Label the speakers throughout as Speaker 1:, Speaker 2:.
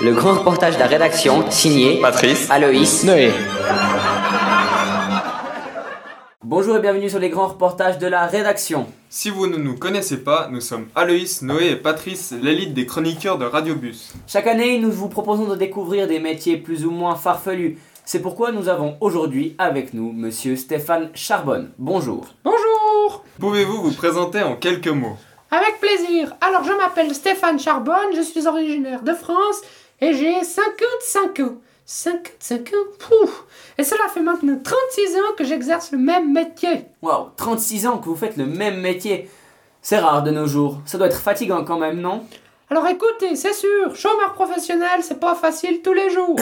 Speaker 1: Le grand reportage de la rédaction, signé
Speaker 2: Patrice,
Speaker 1: Aloïs.
Speaker 3: Noé.
Speaker 1: Bonjour et bienvenue sur les grands reportages de la rédaction.
Speaker 2: si vous ne nous connaissez pas, nous sommes Aloïs, Noé et Patrice, l'élite des chroniqueurs de Radiobus.
Speaker 1: Chaque année, nous vous proposons de découvrir des métiers plus ou moins farfelus. C'est pourquoi nous avons aujourd'hui avec nous Monsieur Stéphane Charbonne. Bonjour.
Speaker 4: Bonjour
Speaker 2: Pouvez-vous vous présenter en quelques mots
Speaker 4: Avec plaisir Alors je m'appelle Stéphane Charbonne, je suis originaire de France et j'ai 55 ans. 55 ans pouf. Et cela fait maintenant 36 ans que j'exerce le même métier.
Speaker 1: Waouh, 36 ans que vous faites le même métier. C'est rare de nos jours. Ça doit être fatigant quand même, non
Speaker 4: Alors écoutez, c'est sûr, chômeur professionnel, c'est pas facile tous les jours.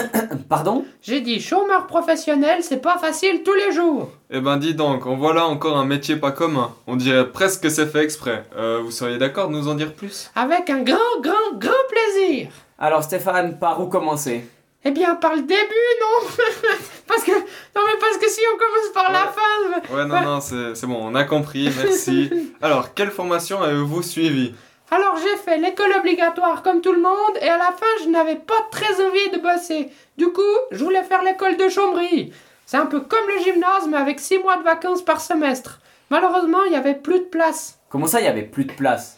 Speaker 1: Pardon
Speaker 4: J'ai dit chômeur professionnel, c'est pas facile tous les jours.
Speaker 2: Eh ben dis donc, en voilà encore un métier pas commun. On dirait presque que c'est fait exprès. Euh, vous seriez d'accord de nous en dire plus
Speaker 4: Avec un grand, grand, grand plaisir.
Speaker 1: Alors Stéphane, par où commencer
Speaker 4: Eh bien, par le début, non Parce que... Non mais parce que si on commence par la
Speaker 2: Ouais.
Speaker 4: fin...
Speaker 2: Ouais, non, non, c'est c'est bon, on a compris, merci. Alors, quelle formation avez-vous suivi
Speaker 4: Alors j'ai fait l'école obligatoire comme tout le monde et à la fin je n'avais pas très envie de bosser. Du coup, je voulais faire l'école de chambry. C'est un peu comme le gymnase mais avec 6 mois de vacances par semestre. Malheureusement, il n'y avait plus de place.
Speaker 1: Comment ça, il n'y avait plus de place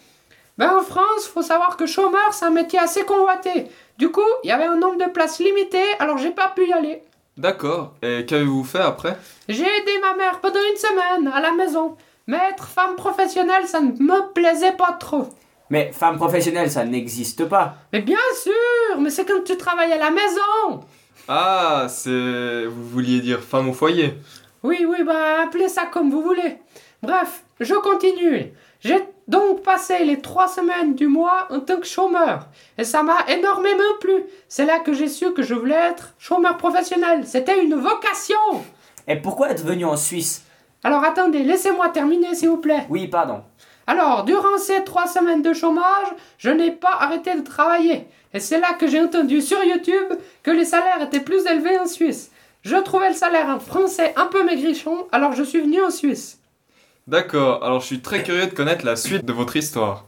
Speaker 4: Ben en France, faut savoir que chômeur c'est un métier assez convoité. Du coup, il y avait un nombre de places limité alors j'ai pas pu y aller.
Speaker 2: D'accord, et qu'avez-vous fait après
Speaker 4: J'ai aidé ma mère pendant une semaine à la maison. Mais être femme professionnelle, ça ne me plaisait pas trop.
Speaker 1: Mais femme professionnelle, ça n'existe pas.
Speaker 4: Mais bien sûr, mais c'est quand tu travailles à la maison.
Speaker 2: Ah, c'est... Vous vouliez dire femme au foyer
Speaker 4: Oui, oui, bah appelez ça comme vous voulez. Bref, je continue. J'ai donc passé les trois semaines du mois en tant que chômeur. Et ça m'a énormément plu. C'est là que j'ai su que je voulais être chômeur professionnel. C'était une vocation.
Speaker 1: Et pourquoi êtes venu en Suisse
Speaker 4: Alors attendez, laissez-moi terminer s'il vous plaît.
Speaker 1: Oui, pardon.
Speaker 4: Alors, durant ces trois semaines de chômage, je n'ai pas arrêté de travailler. Et c'est là que j'ai entendu sur YouTube que les salaires étaient plus élevés en Suisse. Je trouvais le salaire en français un peu maigrichon, alors je suis venu en Suisse.
Speaker 2: D'accord, alors je suis très curieux de connaître la suite de votre histoire.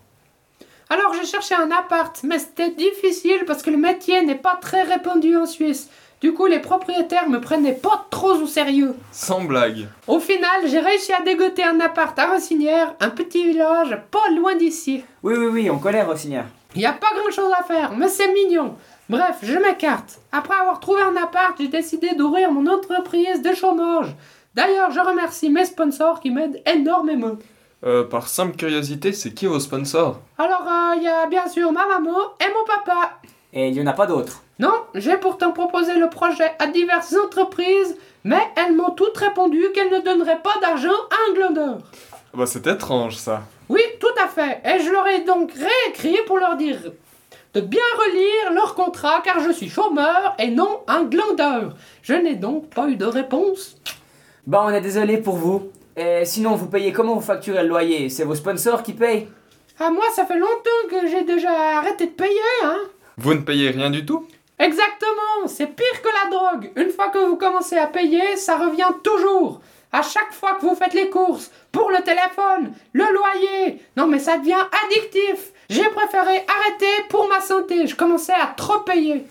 Speaker 4: Alors j'ai cherché un appart, mais c'était difficile parce que le métier n'est pas très répandu en Suisse. Du coup, les propriétaires me prenaient pas trop au sérieux.
Speaker 2: Sans blague.
Speaker 4: Au final, j'ai réussi à dégoter un appart à Rossinière, un petit village pas loin d'ici.
Speaker 1: Oui, oui, oui, on connaît Rossignol.
Speaker 4: Y a pas grand chose à faire, mais c'est mignon. Bref, je m'écarte. Après avoir trouvé un appart, j'ai décidé d'ouvrir mon entreprise de chômage. D'ailleurs, je remercie mes sponsors qui m'aident énormément.
Speaker 2: Euh, par simple curiosité, c'est qui vos sponsors
Speaker 4: Alors, euh, il y a bien sûr ma maman et mon papa.
Speaker 1: Et il n'y en a pas d'autres.
Speaker 4: Non, j'ai pourtant proposé le projet à diverses entreprises, mais elles m'ont toutes répondu qu'elles ne donneraient pas d'argent à un glandeur.
Speaker 2: Ah Bah c'est étrange ça.
Speaker 4: Oui, tout à fait, et je leur ai donc réécrit pour leur dire de bien relire leur contrat car je suis chômeur et non un glandeur. Je n'ai donc pas eu de réponse.
Speaker 1: Bah, on est désolé pour vous. Et sinon, vous payez comment vous facturez le loyer C'est vos sponsors qui payent
Speaker 4: Ah, moi, ça fait longtemps que j'ai déjà arrêté de payer, hein.
Speaker 2: Vous ne payez rien du tout
Speaker 4: Exactement, c'est pire que la drogue. Une fois que vous commencez à payer, ça revient toujours. À chaque fois que vous faites les courses, pour le téléphone, le loyer. Non mais ça devient addictif. J'ai préféré arrêter pour ma santé. Je commençais à trop payer.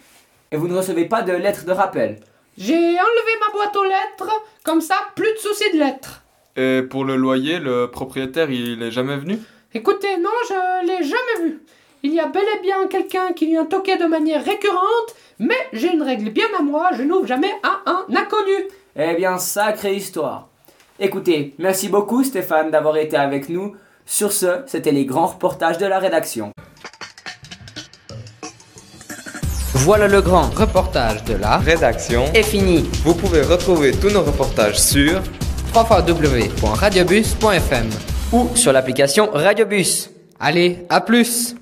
Speaker 1: Et vous ne recevez pas de lettres de rappel
Speaker 4: J'ai enlevé ma boîte aux lettres, comme ça plus de soucis de lettres.
Speaker 2: Et pour le loyer, le propriétaire il est jamais venu
Speaker 4: Écoutez, non, je l'ai jamais vu. Il y a bel et bien quelqu'un qui vient toquer de manière récurrente, mais j'ai une règle bien à moi, je n'ouvre jamais à un inconnu.
Speaker 1: Eh bien, sacrée histoire. Écoutez, merci beaucoup Stéphane d'avoir été avec nous. Sur ce, c'était les grands reportages de la rédaction.
Speaker 5: Voilà le grand reportage de la
Speaker 2: Rédaction.
Speaker 5: est fini.
Speaker 2: Vous pouvez retrouver tous nos reportages sur
Speaker 5: www.radiobus.fm
Speaker 1: Ou sur l'application Radiobus.
Speaker 5: Allez, à plus